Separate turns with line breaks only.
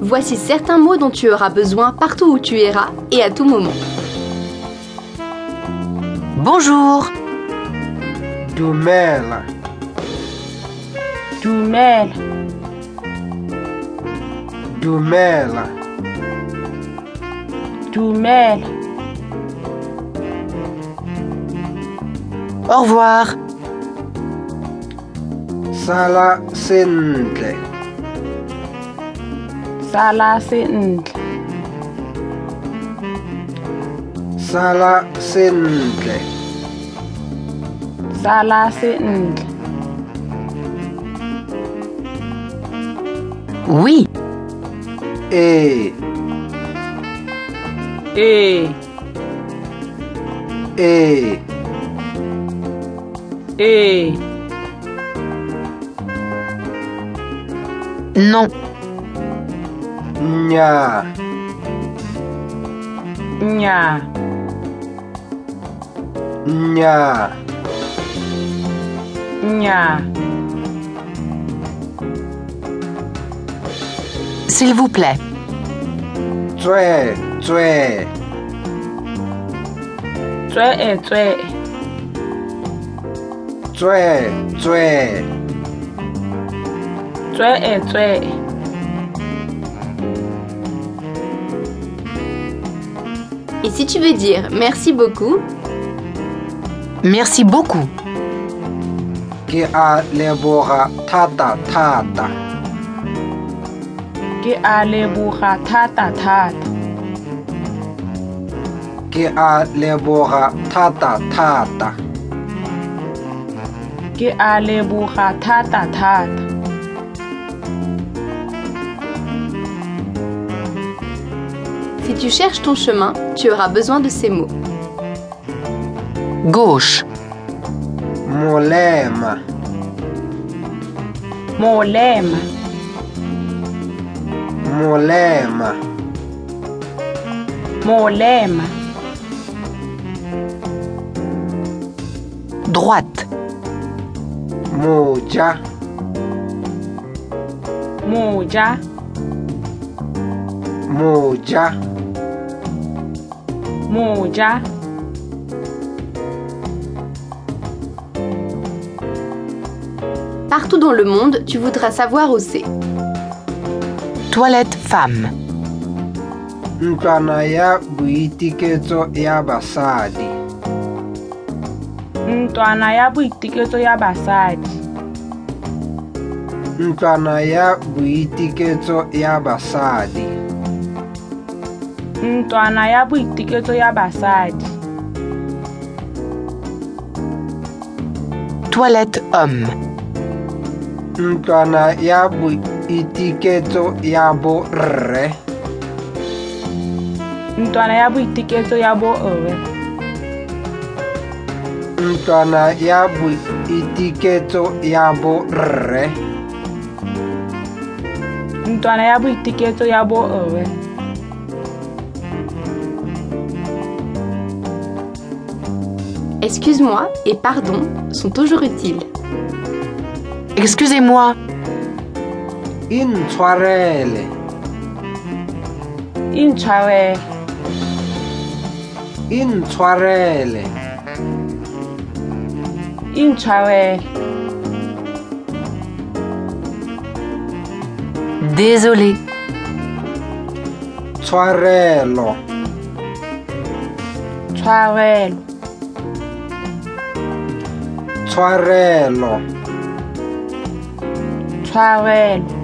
Voici certains mots dont tu auras besoin partout où tu iras et à tout moment.
Bonjour,
Dumel,
Dumel,
Dumel,
Dumel,
au revoir,
Sala Sentle,
Salasindle,
Sala Sentle,
Salasindle,
oui,
E,
E,
E,
E,
non,
Nya,
Nya,
Nya,
Nya,
s'il vous plaît,
Tsue, Tsue,
Tswee Tswee,
Tsue, Tsue,
Tswee Tswee,
Et si tu veux dire merci beaucoup,
merci beaucoup,
Ke a leboga thata thata.
Ke a leboga thata thata,
Ke a leboga thata thata.
Ke a leboga thata thata,
si tu cherches ton chemin, tu auras besoin de ces mots.
gauche,
Molema,
Molema,
molema,
Molema,
droite,
moja,
Moja,
moja,
Moja,
Partout dans le monde, tu voudras savoir où c'est.
toilette femme,
ntlwana ya boitiketso ya basadi.
Ntlwana ya boitiketso ya basadi,
ntlwana ya boitiketso ya basadi
Ntlwana ya boitiketso ya basadi,
toilette homme,
ntlwana ya boitiketso ya borre
Ntlwana ya boitiketso ya boe,
ntlwana ya boitiketso ya borre
Ntlwana ya boitiketso ya boe,
Excuse-moi et pardon sont toujours utiles.
excusez-moi,
intshwarele
Intshwarele,
intshwarele
Intshwarele.
désolé,
tshwarelo
tshwarelo
tshwarelo
tshwarelo